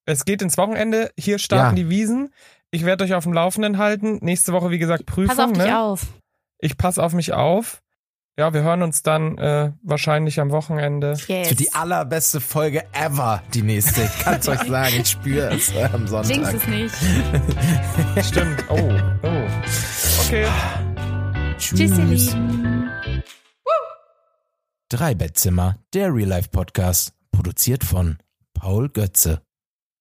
B: es geht ins Wochenende. Hier starten
A: Ja.
B: die Wiesen. Ich werde euch auf dem Laufenden halten. Nächste Woche, wie gesagt, Prüfung.
C: Pass auf dich
B: ne?
C: auf.
B: Ich passe auf mich auf. Ja, wir hören uns dann äh, wahrscheinlich am
A: <laughs>
B: Wochenende.
C: Yes.
A: Für die allerbeste Folge ever, die nächste. Ich kann's euch sagen, ich spüre es am
C: Jinx
A: Sonntag.
C: es nicht.
B: Stimmt. Oh, oh. Okay.
C: Tschüss, ihr Lieben.
A: Drei Bettzimmer, der Real Life Podcast, produziert von Paul Götze.